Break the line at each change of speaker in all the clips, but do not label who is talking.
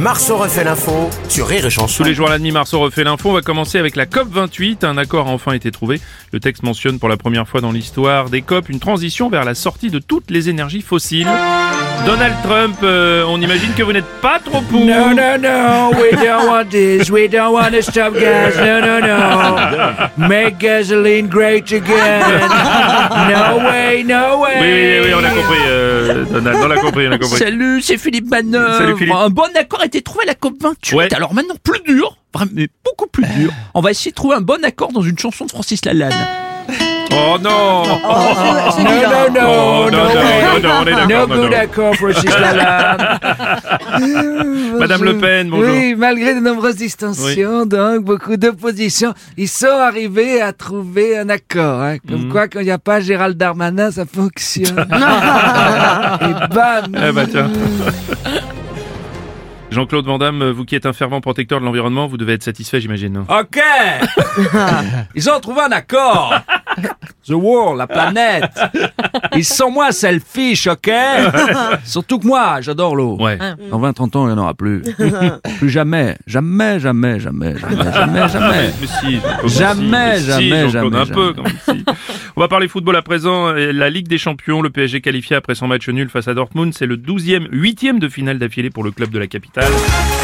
Marceau refait l'info sur Rire et Chanson.
Tous les jours à la demi-Marceau refait l'info. On va commencer avec la COP 28. Un accord a enfin été trouvé. Le texte mentionne pour la première fois dans l'histoire des COP une transition vers la sortie de toutes les énergies fossiles. Donald Trump, euh, on imagine que vous n'êtes pas trop pour.
No, no, no. We don't want this. We don't want to stop gas. No, no, no. Make gasoline great again. No way, no way.
Oui, oui, oui, on a compris, euh, Donald. On a compris, on a compris.
Salut, c'est Philippe Manœuvre.
Salut, Philippe.
Un bon accord a été trouvé à la COP28.
Ouais. Eh.
Alors maintenant, plus dur, vraiment, mais beaucoup plus dur. On va essayer de trouver un bon accord dans une chanson de Francis Lalanne.
Oh non
No, no,
Ah. Oh,
no.
non,
No
non,
way.
non, on est
No
d'accord, non,
good
non.
accord for Cislalane.
Madame Le Pen, bonjour.
Oui, malgré de nombreuses distensions, donc beaucoup d'oppositions, ils sont arrivés à trouver un accord. hein. Comme
Mm.
quoi, quand il n'y a pas Gérald Darmanin, ça fonctionne. Et bam
Eh bah tiens. Jean-Claude Van Damme, vous qui êtes un fervent protecteur de l'environnement, vous devez être satisfait, j'imagine. non
Ok Ils ont trouvé un accord The world, la planète Ils sont moins selfish, ok Surtout que moi, j'adore l'eau.
Ouais.
Ah.
Dans 20-30 ans, il n'y en aura plus. plus jamais. Jamais, jamais, jamais, jamais, jamais,
Ah,
jamais.
Mais si, Jean-Claude,
Jamais,
si,
jamais,
si, Jean-Claude,
jamais,
un
jamais.
peu quand même, si. On va parler football à présent. euh, Et La Ligue des Champions, le PSG qualifié après son match nul face à Dortmund, c'est le 12e, 8e de finale d'affilée pour le club de la capitale.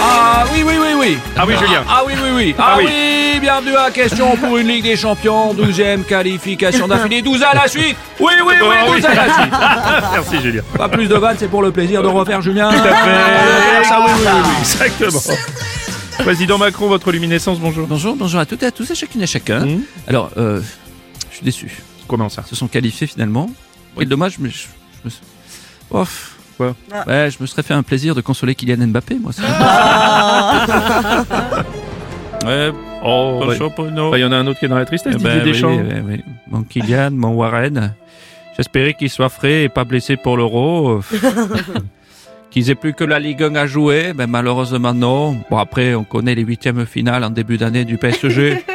Ah oui, oui, oui, oui
Ah oui, Julien.
Ah oui, oui, oui Ah,
Ah oui.
oui. Bienvenue à Question pour une Ligue des Champions. 12e qualification d'affilée. 12 à la suite Oui, oui,
Ah
oui,
oui.
Oh,
12 à la suite
Merci Julien.
Pas plus de vannes, c'est pour le plaisir de refaire Julien.
Ah,
Ça, oui, oui, oui, exactement. Président Macron, votre luminescence, bonjour.
Bonjour, bonjour à toutes et à tous, à chacune et à chacun.
Mhm.
Alors, euh, je suis déçu.
Comment ça
Ils se sont qualifiés finalement. Quel dommage, mais je, je me... suis- Ouf.
Quoi
Ouais, je me serais fait un plaisir de consoler Kylian Mbappé, moi. ça.
Ah
ouais,
Oh,
Pas
bah,
chaud pour nous.
bah, il y en a un autre qui est dans la tristesse,
Eh
Didier
ben oui,
Deschamps.
oui, oui, oui. Mon Kylian, mon Warren. J'espérais qu'ils soient frais et pas blessés pour l'euro. qu'ils aient plus que la Ligue 1 à jouer. Ben, malheureusement, non. Bon, après, on connaît les huitièmes finales en début d'année du PSG.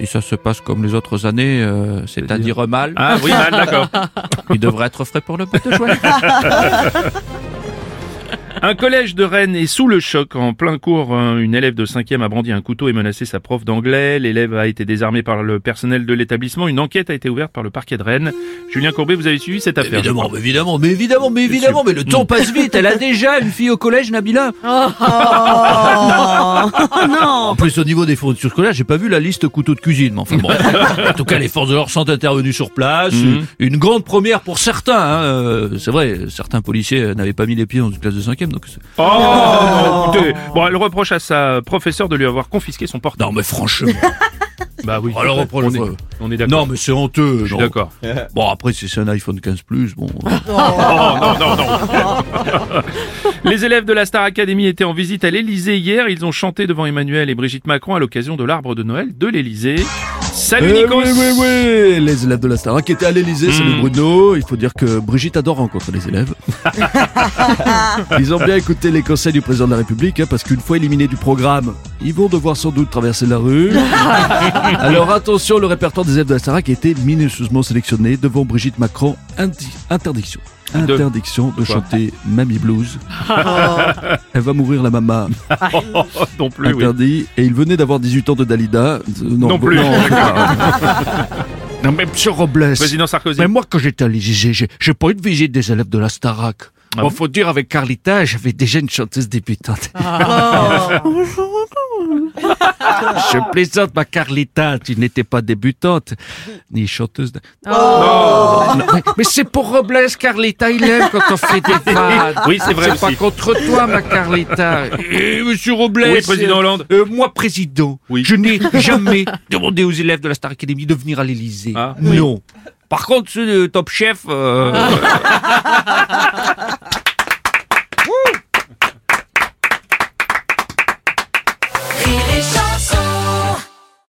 Si ça se passe comme les autres années, euh, c'est-à-dire mal,
Ah oui, mal, d'accord.
il devrait être frais pour le but de jouer.
Un collège de Rennes est sous le choc. En plein cours, un- une élève de 5e a brandi un couteau et menacé sa prof d'anglais. L'élève a été désarmé par le personnel de l'établissement. Une enquête a été ouverte par le parquet de Rennes. Julien Courbet, vous avez suivi cette affaire
Évidemment, mais évidemment, mais Mm. évidemment, mais évidemment, mais le temps passe vite. Elle a déjà une fille au collège, Nabila. En plus, au niveau des fournitures scolaires, j'ai pas vu la liste couteaux de cuisine. Mais enfin bon. en tout cas, les forces de l'ordre sont intervenues sur place.
Mhm.
Une grande première pour certains. hein. Euh, C'est vrai, certains policiers n'avaient pas mis les pieds dans une classe de cinquième. Donc, c'est-
Oh, non, écoutez. Bon, elle reproche à sa professeure de lui avoir confisqué son portable.
non, mais franchement.
Bah oui.
Alors, reproche.
on est, on est d'accord.
Non, mais c'est honteux.
Je suis
non.
d'accord.
Bon, après, si c'est un iPhone 15 Plus, bon.
Les élèves de la Star Academy étaient en visite à l'Elysée hier. Ils ont chanté devant Emmanuel et Brigitte Macron à l'occasion de l'arbre de Noël de l'Elysée. Salut
Eh
Nikos
oui, oui, oui, les élèves de la Starac qui étaient à l'Elysée, c'est le
Hmm.
Bruno. Il faut dire que Brigitte adore rencontrer les élèves. ils ont bien écouté les conseils du président de la République, hein, parce qu'une fois éliminés du programme, ils vont devoir sans doute traverser la rue. Alors attention, le répertoire des élèves de la Starac a été minutieusement sélectionné devant Brigitte Macron. Indi- interdiction.
De-
Interdiction de,
quoi
chanter Mamie Blues. Elle va mourir la mama.
Oh, non plus, oui.
Interdit. Et il venait d'avoir 18 ans de Dalida. Euh, Non,
Non plus.
non, mais monsieur Robles.
Président Sarkozy.
Mais moi, quand j'étais à l'Élysée, j'ai j'ai pas eu de visite des élèves de la Starac.
Ah
Bon, faut dire, avec Carlita, j'avais déjà une chanteuse débutante. Je plaisante, ma Carlita, tu n'étais pas débutante, ni chanteuse. de-
Oh.
Non, mais- Mais c'est pour Robles, Carlita, il aime quand on fait des vannes.
Oui, c'est vrai
C'est pas
aussi.
contre toi, ma Carlita. Eh, monsieur Robles.
Oui, président Hollande.
Euh, moi, président,
Oui.
je n'ai jamais demandé aux élèves de la Star Academy de venir à l'Élysée.
Ah.
non. Par contre, ceux de Top Chef, euh,